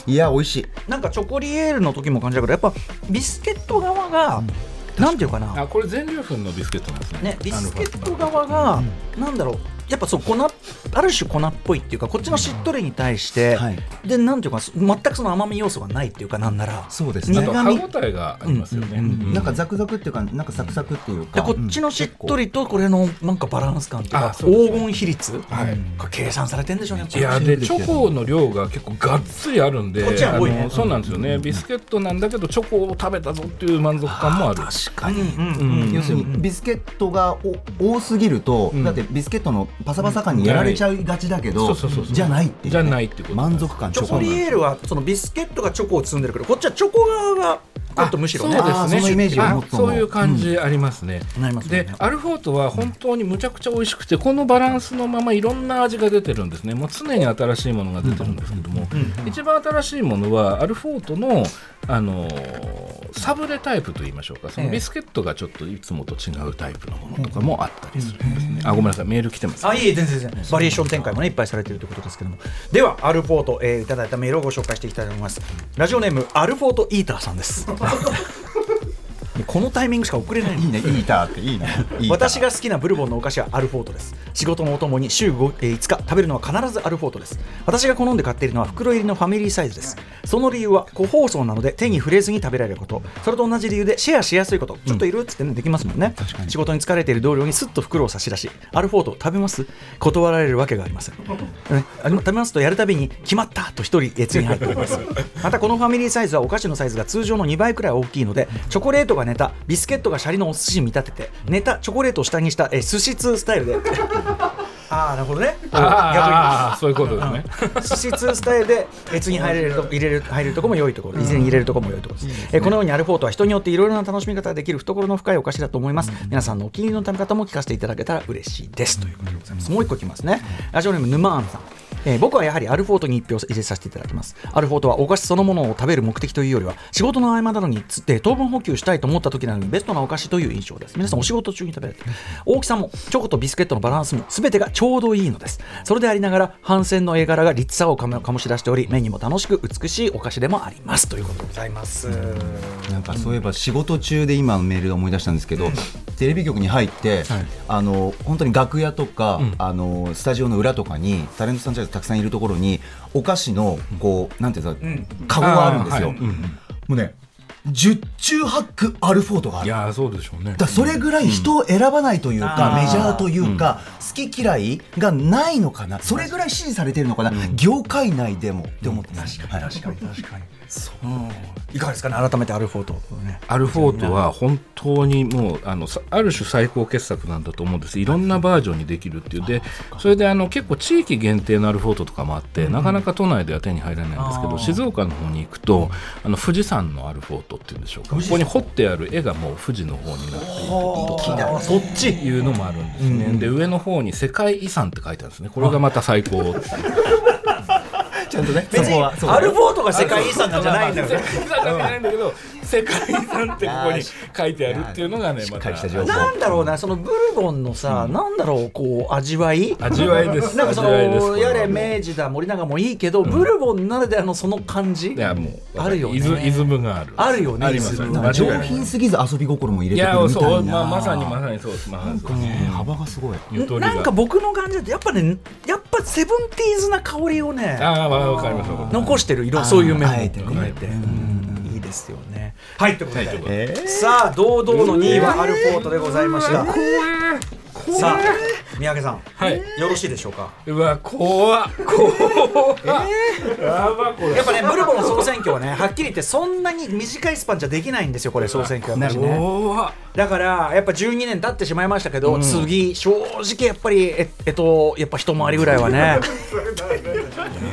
Speaker 3: いや美味しい
Speaker 2: なんかチョコリエールの時も感じたけどやっぱビスケット側が、なんていうかな
Speaker 4: あこれ全粒粉のビスケットなんですね
Speaker 2: ね、ビスケット
Speaker 4: が
Speaker 2: 側が、なんだろうやっぱそう粉ある種粉っぽいっていうかこっちのしっとりに対して、
Speaker 3: はい
Speaker 2: でなんていうかそ全くその甘み要素がないっていうかなんなら
Speaker 3: そうです
Speaker 2: ね
Speaker 4: あと歯ごたえがありますよね、
Speaker 2: うんうん
Speaker 4: う
Speaker 3: なんかザクザクっていうかなんかサクサクっていう
Speaker 2: で
Speaker 3: か
Speaker 2: こっちのしっとりとこれのなんかバランス感というか
Speaker 4: あそうです
Speaker 2: 黄
Speaker 4: ね
Speaker 2: 金比率、
Speaker 4: はい
Speaker 2: これ計算されてんでしょうね
Speaker 4: いや
Speaker 2: こ
Speaker 4: でチョコの量が結構がっつりあるんで、
Speaker 2: こっちは多いね
Speaker 4: あのそうなんですよね、ビスケットなんだけどチョコを食べたぞっていう満足感もある
Speaker 3: 確か
Speaker 2: れ
Speaker 3: に
Speaker 2: うんうん
Speaker 4: うん
Speaker 3: 要するにビスケットがお多すぎると、
Speaker 4: うん
Speaker 3: だってビスケットのパサパサ感にやられちゃいがちだけど、
Speaker 4: うんそうそうそうそう
Speaker 3: じゃないっていうね、
Speaker 4: じゃないってこと
Speaker 3: 満足感
Speaker 2: チョコリエールはそのビスケットがチョコを積んでるけどこっちはチョコ側がことむしろね
Speaker 4: そうです
Speaker 3: あー
Speaker 4: ね
Speaker 3: そのイメージを持つ
Speaker 4: あ
Speaker 3: のも
Speaker 4: そういう感じありますね、
Speaker 3: なりますよね
Speaker 4: でアルフォートは本当にむちゃくちゃ美味しくてこのバランスのままいろんな味が出てるんですねもう常に新しいものが出てるんですけども、一番新しいものはアルフォートのあのーサブレタイプと言いましょうかそ
Speaker 2: え
Speaker 4: の
Speaker 2: え
Speaker 4: ビスケットがちょっといつもと違うタイプのものとかもあったりするんですね、あごめんなさいメール来てます
Speaker 2: あいえ全然全然バリエーション展開もねいっぱいされてるということですけどもではアルフォート、えーいただいたメールをご紹介していきたいと思いますラジオネームアルフォートイーターさんですもうこのタイミングしか送れない
Speaker 3: いいねイーターっていいねイーター
Speaker 2: 私が好きなブルボンのお菓子はアルフォートです仕事のお供に週 5,、えー5日食べるのは必ずアルフォートです私が好んで買っているのは袋入りのファミリーサイズですその理由は個包装なので手に触れずに食べられることそれと同じ理由でシェアしやすいことちょっといるっつって、ね、できますもんね仕事に疲れている同僚にすっと袋を差し出しアルフォート食べます断られるわけがありません、ね、あの食べますとやるたびに決まったと一人えー次に入っていますまたこのファミリーサイズはお菓子のサイズが通常の2倍くらい大きいのでチョコレートがネタビスケットがシャリのお寿司に見立ててネタチョコレートを下にしたえー寿司通スタイルでああなるほどね
Speaker 4: ああそういうことですね
Speaker 2: 寿司通スタイルで別に入れると入れる入れるとこも良いところ、以前入れるとこも良いところです。えこのようにアルフォートは人によっていろいろな楽しみ方ができる懐の深いお菓子だと思います。皆さんのお気に入りの食べ方も聞かせていただけたら嬉しいですということでございます。もう一個いきますね。ラジオネーム沼庵さん。えー僕はやはりアルフォートに一票入れさせていただきます。アルフォートはお菓子そのものを食べる目的というよりは、仕事の合間などにつって糖分補給したいと思った時などにベストなお菓子という印象です。皆さんお仕事中に食べられて、大きさもチョコとビスケットのバランスも全てがちょうどいいのです。それでありながら、反戦の絵柄が立さをかも醸し出しており、目にも楽しく美しいお菓子でもありますということでございます。
Speaker 3: なんかそういえば仕事中で今のメールで思い出したんですけど、テレビ局に入って、あの本当に楽屋とか、あのスタジオの裏とかにタレントさんたちがたくさんいるところにお菓子のこうなんていうんですか、カゴがあるんですよ。
Speaker 4: あーはいうんうん
Speaker 3: もうね十中八九アルフォートがあ
Speaker 4: い
Speaker 3: る。
Speaker 4: やーそうでしょうね
Speaker 3: だからそれぐらい人を選ばないというか、
Speaker 2: うん
Speaker 3: メジャーというか、好き嫌いがないのかな、それぐらい支持されてるのかな、業界内でもって思ってます。はい
Speaker 2: 確かに。そう、いかがですかね、改めてアルフォート、ね。
Speaker 4: アルフォートは本当にもうあのさある種最高傑作なんだと思うんですいろんなバージョンにできるっていうでそれであの結構地域限定のアルフォートとかもあって、なかなか都内では手に入らないんですけ
Speaker 2: あー
Speaker 4: ど静岡の方に行くとあの富士山のアルフォートっていうんでしょうかここに彫ってある絵がもう富士の方になっている
Speaker 2: あーそっち。
Speaker 4: っていうのもあるんですね、で上の方に「世界遺産」って書いてあるんですねこれがまた最高
Speaker 3: ちゃんとね、
Speaker 2: 別
Speaker 3: そこ
Speaker 2: に
Speaker 3: はそう
Speaker 2: アルフォートが世界遺産なんじゃないんだよ
Speaker 4: 世
Speaker 2: ね。
Speaker 4: 界遺産なんじゃないんだけど世界遺産ってここに書いてあるっていうのがねま
Speaker 3: かりした情報
Speaker 2: なんだろうな、そのブルボンのさ、なんだろう、こう味わい。
Speaker 4: 味わいです
Speaker 2: なんかそ
Speaker 4: 味わいですこ
Speaker 2: の
Speaker 4: れ
Speaker 2: や
Speaker 4: は
Speaker 2: れ
Speaker 4: もう
Speaker 2: 明治だ森永もいいけど、ブルボンならではのその感じ
Speaker 4: いやもう
Speaker 2: あるよね
Speaker 4: イズイズムがある
Speaker 2: あるよね
Speaker 4: あります
Speaker 2: イズム
Speaker 3: なんか上
Speaker 4: 間違いない
Speaker 3: 品すぎず遊び心も入
Speaker 4: い
Speaker 3: れてく
Speaker 4: や
Speaker 3: るみ
Speaker 4: そ
Speaker 3: た
Speaker 4: う
Speaker 3: いな。
Speaker 4: まあまさにまさにそうですまさにそうです
Speaker 3: ね幅がすごい。
Speaker 4: ゆとり
Speaker 2: なんか
Speaker 4: が
Speaker 2: 僕の感じだとやっぱねやっぱセブンティーズな香りをね
Speaker 4: ああわかりますわかります
Speaker 2: 残してる色そういう面も
Speaker 3: あえてね
Speaker 2: 含めてうんいいですよねはいということ
Speaker 4: はいというこ
Speaker 2: で
Speaker 4: とで
Speaker 2: さあ堂々の2位はアルフォートでございましたさあ三宅さん
Speaker 4: はい
Speaker 2: よろしいでしょうか
Speaker 4: うわ怖っ怖っやばこれ
Speaker 2: やっぱねブルボンの総選挙はねはっきり言ってそんなに短いスパンじゃできないんですよこれ総選挙はやっぱりね
Speaker 4: 怖っ
Speaker 2: だからやっぱ12年経ってしまいましたけど、次正直やっぱりええっとやっぱ一回りぐらいは ね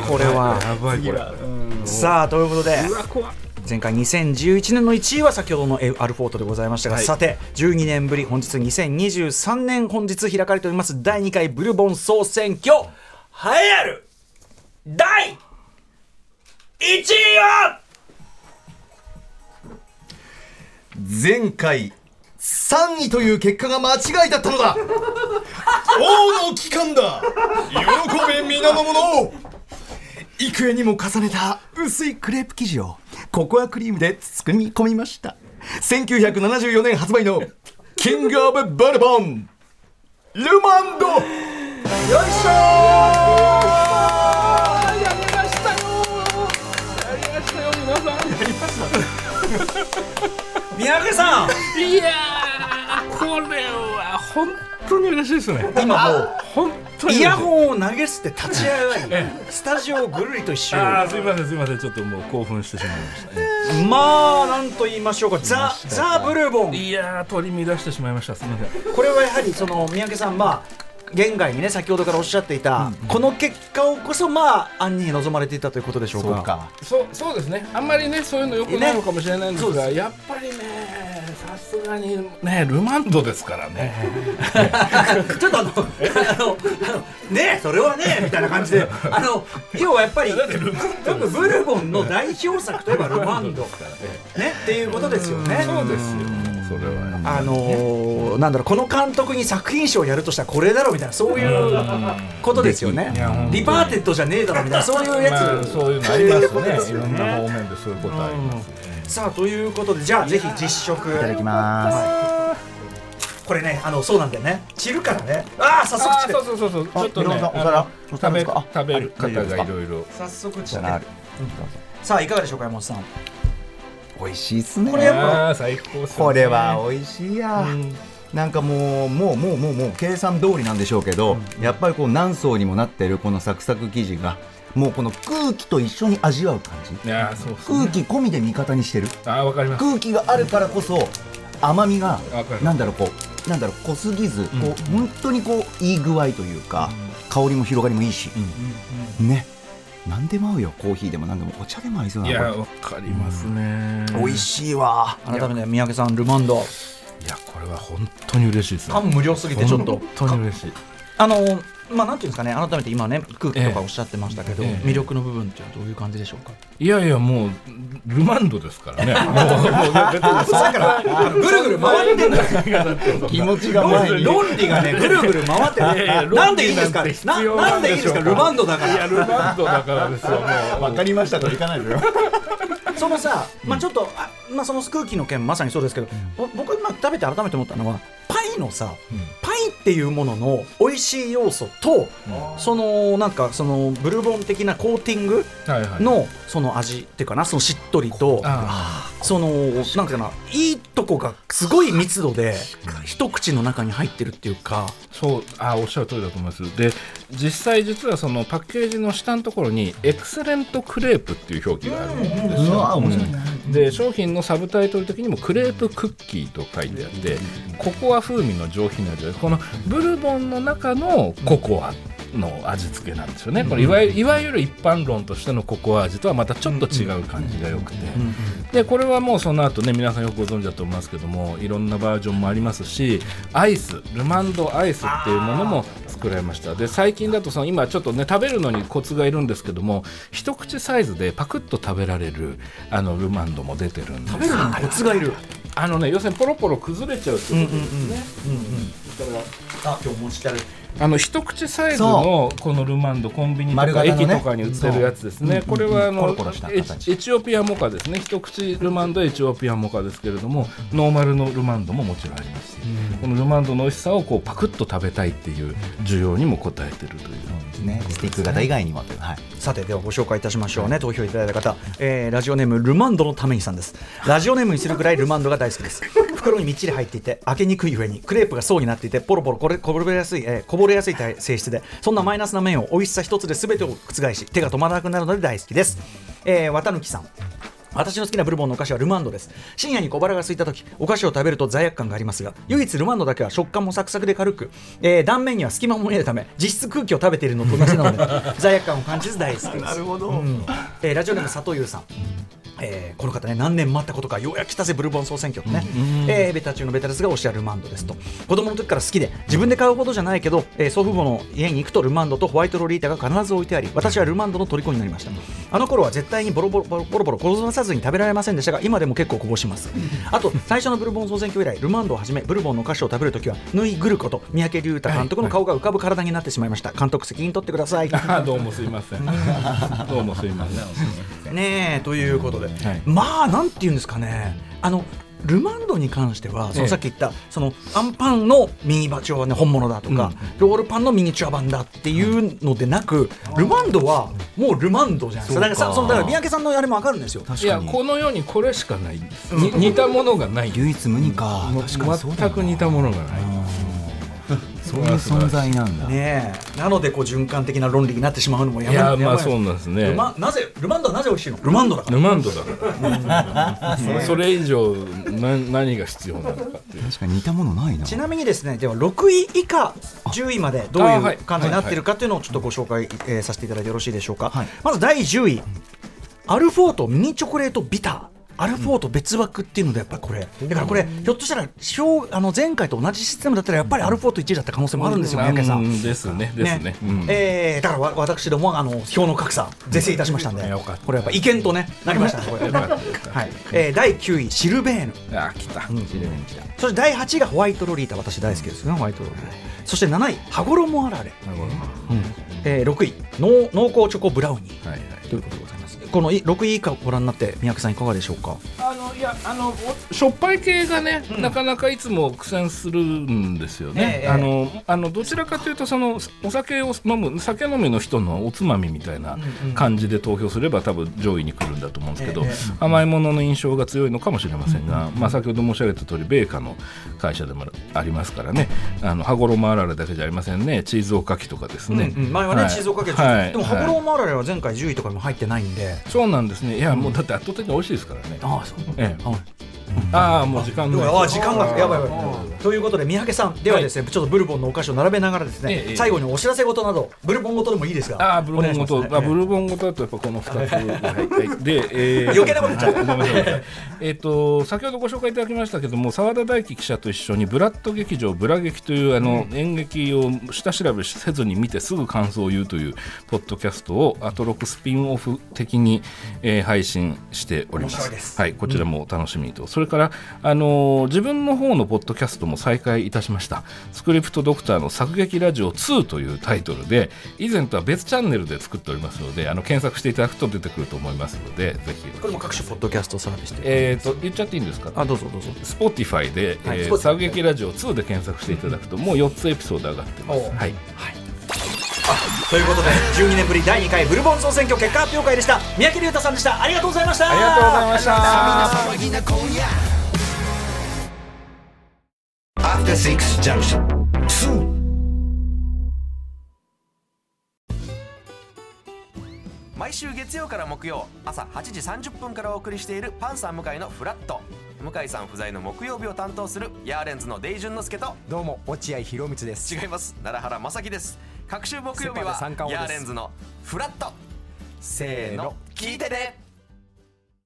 Speaker 2: これは
Speaker 4: やばいこれ
Speaker 2: さあということで
Speaker 4: うわ怖っ
Speaker 2: 前回2011年の1位は先ほどのえアルフォートでございましたが、
Speaker 4: はい
Speaker 2: さて12年ぶり本日2023年本日開かれております第2回ブルボン総選挙栄えある第1位は
Speaker 3: 前回3位という結果が間違いだったのだ王の帰還だ喜べ皆の者幾重にも重ねた薄いクレープ生地をココアクリームで包み込みました1974年発売のキング・オブ・バルボンルマンドよいしょ
Speaker 2: 三宅さん
Speaker 4: いやーこれは本当に嬉しいですね
Speaker 2: 今もう
Speaker 4: 本当に嬉し
Speaker 2: イ
Speaker 4: い
Speaker 2: ヤホンを投げ捨て立ち上がりスタジオをぐるりと一周
Speaker 4: あーすいませんすいませんちょっともう興奮してしまいましたね
Speaker 2: まあなんと言いましょうかザ・ザ・ブルーボン
Speaker 4: いやー取り乱してしまいましたすみません
Speaker 2: これはやはりその三宅さんまあ現外にね先ほどからおっしゃっていた、この結果をこそまあ暗に望まれていたということでしょうか
Speaker 3: そうか
Speaker 4: そうそうですね、あんまりね、そういうのよくないのかもしれないんですが、
Speaker 2: ね
Speaker 4: やっぱりね、さすがにね、ルマンドですからね、
Speaker 2: ちょっとあのあのあのねえそれはねえみたいな感じであの要はやっぱり多分ブルボンの代表作といえばルマンドねっていうことですよね。
Speaker 4: そうですよ、それは。
Speaker 2: あのーなんだろうこの監督に作品賞をやるとしたらこれだろうみたいなそういうことですよね
Speaker 4: いや本当。に
Speaker 2: リパーテッドじゃねえだろみたいなそういうやつ。
Speaker 4: まあ、そういうのあり
Speaker 2: そういうこ
Speaker 4: ま
Speaker 2: とですす
Speaker 4: ね、
Speaker 2: よ
Speaker 4: いろ
Speaker 2: ね
Speaker 4: んな方面でそういうことありますね。
Speaker 2: さあということでじゃあぜひ実食
Speaker 3: いただきま
Speaker 2: これねあのそうなんだよね散るからねああ早速
Speaker 4: あ
Speaker 2: 散
Speaker 4: ー
Speaker 2: る
Speaker 4: そうそうそうそうち
Speaker 3: あ
Speaker 4: ょっとね
Speaker 3: いろんなお
Speaker 4: あ
Speaker 3: 皿
Speaker 4: の
Speaker 3: お皿
Speaker 4: 食
Speaker 3: で
Speaker 4: べ
Speaker 3: すか
Speaker 4: 食べる
Speaker 3: あ
Speaker 4: 方がいろいろ
Speaker 2: 早速
Speaker 3: す。
Speaker 2: 散
Speaker 3: な
Speaker 2: る
Speaker 3: る。
Speaker 2: さあいかがでしょうか山本さん
Speaker 3: 美味しいっすね。
Speaker 2: これやっぱ
Speaker 4: あー最高っすよね
Speaker 3: これは美味しいや、
Speaker 4: うん
Speaker 3: なんかもうもうもうもうもう計算通りなんでしょうけど、やっぱりこう何層にもなってるこのサクサク生地がもうこの空気と一緒に味わう感じ
Speaker 4: いやーそうそう
Speaker 3: 空気込みで味方にしてる
Speaker 4: あーわかります
Speaker 3: 空気があるからこそ甘みが
Speaker 4: わかる
Speaker 3: なんだろうこうなんだろう濃すぎず、こう本当にこういい具合というか、香りも広がりもいいし、ね何でも合うよコーヒーでも何でもお茶でも合いそう
Speaker 4: い
Speaker 3: な
Speaker 4: や
Speaker 3: の
Speaker 4: ーわかりますね
Speaker 3: 美味しいわ
Speaker 2: 改めて三宅さんルマンド
Speaker 4: いやこれは本当に嬉しいですね
Speaker 2: 感無量すぎてちょっと
Speaker 4: 本当に嬉しい
Speaker 2: あのまあなんていうんですかね改めて今ね空気とかおっしゃってましたけど、
Speaker 4: ええええ
Speaker 2: 魅力の部分っていうのはどういう感じでしょうか、
Speaker 4: いやいやもうルマンドですからね もうもう別 に
Speaker 2: だからぐるぐる回ってんだ
Speaker 3: 気持ちが前に
Speaker 2: 論理がねぐるぐる回って
Speaker 4: いやいや
Speaker 2: る なんでいいんですか
Speaker 4: 論理なんて必要
Speaker 2: な
Speaker 4: な
Speaker 2: なんん
Speaker 4: で
Speaker 2: でいい
Speaker 4: し
Speaker 2: ん
Speaker 4: ょ
Speaker 2: です
Speaker 4: うか
Speaker 2: かルマンドだか
Speaker 4: い
Speaker 2: ら
Speaker 4: やルマンドだからですよもう
Speaker 3: わかりましたとはいかないのよ
Speaker 2: そのさ、まあ、ちょっと、あまあ、その空気の件まさにそうですけど、ぼ僕今食べて改めて思ったのはパイのさ、パイっていうものの美味しい要素と、そのなんかそのブルボン的なコーティング
Speaker 4: はいはい
Speaker 2: のその味っていうかなそのしっとりと
Speaker 4: あ
Speaker 2: そのなんていうかないいとこがすごい密度で一口の中に入ってるっていうか
Speaker 4: そうあおっしゃる通りだと思いますで実際実はそのパッケージの下のところに「エクセレントクレープ」っていう表記があるんです
Speaker 3: うわ
Speaker 4: よ、
Speaker 3: 面白い
Speaker 4: で商品のサブタイトル的にも「クレープクッキー」と書いてあってココア風味の上品な味わいこのブルボンの中のココアの味付けなんですよねこれいわゆるいわゆる一般論としてのココア味とはまたちょっと違う感じがよくて。でこれはもうその後ね皆さんよくご存知だと思いますけどもいろんなバージョンもありますしアイスルマンドアイスっていうものも作られましたで最近だとその今ちょっとね食べるのにコツがいるんですけども一口サイズでパクッと食べられるあのルマンドも出てるんで
Speaker 2: 食べるのにコツがいる。
Speaker 4: あのね要するにポロポロ崩れちゃうってことですね、
Speaker 2: あ今日持ちたる
Speaker 4: あの一口サイズのこのルマンドコンビニと
Speaker 3: 丸
Speaker 4: か
Speaker 3: 型のね
Speaker 4: 駅とかに売ってるやつですね、これはあの
Speaker 3: コロコロした形
Speaker 4: エチオピアモカですね一口ルマンドはエチオピアモカですけれどもノーマルのルマンドももちろんありますし、このルマンドの美味しさをこうパクッと食べたいっていう需要にも応えてるという、
Speaker 3: ねスティック型以外にもというはい
Speaker 2: さてではご紹介いたしましょうね投票いただいた方、えーラジオネームルマンドのためにさんですラジオネームにするくらいルマンドが大好き です袋にみっちり入っていて開けにくい上にクレープが層になっていてポロポロこれこぼれやすい、えーこぼれやすい体性質でそんなマイナスな面を美味しさ一つで全てを覆し手が止まらなくなるので大好きです、えー、綿貫さん私の好きなブルボンのお菓子はルマンドです深夜に小腹が空いた時お菓子を食べると罪悪感がありますが唯一ルマンドだけは食感もサクサクで軽く、えー断面には隙間も見えるため実質空気を食べているのと同じなので罪悪感を感じず大好きですなるほど、うんえーラジオネーム佐藤優さんえーこの方ね何年待ったことかようやく来たぜブルボン総選挙とね、えーベタ中のベタですがおっしゃるルマンドですと子供の時から好きで自分で買うほどじゃないけど、えー祖父母の家に行くとルマンドとホワイトロリータが必ず置いてあり私はルマンドの虜になりましたあの頃は絶対にボロボロボロボロボロこぼさずに食べられませんでしたが今でも結構こぼしますあと最初のブルボン総選挙以来ルマンドをはじめブルボンのお菓子を食べるときはぬいぐること三宅龍太監督の顔が浮かぶ体になってしまいました監督責任取ってください
Speaker 4: あーどうもすい ませんどうもすいません
Speaker 2: ねえということで、
Speaker 4: はい
Speaker 2: まあなんていうんですかねあのルマンドに関してはそ
Speaker 4: ええ
Speaker 2: のさっき言った、そのアンパンのミニバチョは、ね、本物だとか、ロールパンのミニチュア版だっていうのでなく、ルマンドはもうルマンドじゃないですかだからさそのだから三宅さんのあれも分かるんですよ。
Speaker 4: い
Speaker 3: 確か
Speaker 4: や
Speaker 3: に
Speaker 4: この世にこれしかないんです、に似たものがない
Speaker 3: 唯一無二か
Speaker 4: もう
Speaker 3: 確かにそうだ
Speaker 4: 全く似たものがない
Speaker 3: そういう存在なんだ、
Speaker 2: ねえなのでこう循環的な論理になってしまうのもや
Speaker 4: いや
Speaker 2: ばい
Speaker 4: まあそうなんですね
Speaker 2: ルマなぜルマンドはなぜ美味しいのルマンドだから
Speaker 4: ルマンドだから、 それ以上な何が必要なのかっていう
Speaker 3: 確かに似たものないな
Speaker 2: ちなみにですねでは6位以下10位までどう
Speaker 4: あ
Speaker 2: い
Speaker 4: は
Speaker 2: う
Speaker 4: い
Speaker 2: 感じになってるかというのをちょっとご紹介、えーさせていただいてよろしいでしょうか、
Speaker 3: はい
Speaker 2: まず第10位アルフォートミニチョコレートビターアルフォート別枠っていうのでやっぱりこれだからこれひょっとしたらしょうあの前回と同じシステムだったらやっぱりアルフォート1位だった可能性もあるんですよ宮家さん
Speaker 4: うですねですねうん
Speaker 2: えーだからわ私どもはあの票の格差是正いたしましたんで、
Speaker 4: うんよかった
Speaker 2: これやっぱ違憲とねなりましたねこれ
Speaker 4: よかったよかった
Speaker 2: はい、えー第9位シルベーヌ
Speaker 4: あ来た、
Speaker 3: ジレベンジだ
Speaker 2: そして第8位がホワイトロリータ私大好きですねホワイトロリータそして7位羽衣あられ、
Speaker 4: なるほど
Speaker 2: えー6位濃濃厚チョコブラウニー
Speaker 4: はいはい
Speaker 2: ということでございますこのい6位以下をご覧になって三宅さんいかがでしょうか
Speaker 4: あのいやあのおしょっぱい系がね、なかなかいつも苦戦するんですよね。
Speaker 2: ええ
Speaker 4: あのあのどちらかというとそのお酒を飲む酒飲みの人のおつまみみたいな
Speaker 2: うん
Speaker 4: 感じで投票すれば多分上位に来るんだと思うんですけど、
Speaker 2: えええ
Speaker 4: 甘いものの印象が強いのかもしれませんが、まあ先ほど申し上げた通り米菓の会社でもありますからね。あの羽衣あられだけじゃありませんね。チーズおかきとかですね。
Speaker 2: うんうん前はね、
Speaker 4: はい
Speaker 2: チーズをかけて、
Speaker 4: はい
Speaker 2: でも羽衣あられは前回10位とかにも入ってないんで、
Speaker 4: そうなんですね。いやもうだって圧倒的に美味しいですからね。
Speaker 2: ああそう、
Speaker 4: ええ
Speaker 2: はい
Speaker 4: ああもう時間ない
Speaker 2: ああ時間がやばいやばいということで三宅さんではですね、ちょっとブルボンのお菓子を並べながらですね、
Speaker 4: ええ
Speaker 2: 最後にお知らせ事などブルボンごとでもいいですが
Speaker 4: あーブルボンご
Speaker 2: お
Speaker 4: と、
Speaker 2: 願いしま
Speaker 4: あ
Speaker 2: す
Speaker 4: ブルボンごとだとやっぱこの2つ、はいはい、で、えー
Speaker 2: 余計なこと言っちゃう
Speaker 4: はいごめんなさいごめんなさい えっと先ほどご紹介いただきましたけども澤田大樹記者と一緒にブラッド劇場ブラ劇というあの、演劇を下調べせずに見てすぐ感想を言うというポッドキャストをアトロクスピンオフ的に、えー配信しており
Speaker 2: 面
Speaker 4: ま
Speaker 2: 白
Speaker 4: す
Speaker 2: いです
Speaker 4: はいこちらもお楽しみにと、それからあのー自分の方のポッドキャストも再開いたしましたスクリプトドクターの作劇ラジオ2というタイトルで以前とは別チャンネルで作っておりますのであの検索していただくと出てくると思いますのでぜひ
Speaker 2: これも各種ポッドキャストサービスで、
Speaker 4: えー、と言っちゃっていいんですか
Speaker 2: あどうぞどうぞ
Speaker 4: Spotify で「
Speaker 2: はい
Speaker 4: えー
Speaker 2: Spotify
Speaker 4: 作劇ラジオ2」で検索していただくともう4つエピソード上がってま
Speaker 2: お
Speaker 4: す、
Speaker 2: う
Speaker 4: はい、
Speaker 2: ということで12年ぶり第2回ブルボン総選挙結果発表会でした三宅龍太さんでしたありがとうございました
Speaker 4: ありがとうございました
Speaker 1: 毎週月曜から木曜朝8時30分からお送りしているパンサー向井のフラット向井さん不在の木曜日を担当するヤーレンズのデイジュンの之介と
Speaker 5: どうも落合博満です
Speaker 1: 違います奈良原雅樹です各週木曜日は
Speaker 5: セパで三冠王
Speaker 1: ヤ
Speaker 5: で
Speaker 1: ー
Speaker 5: す
Speaker 1: レンズのフラットせーの聞いてね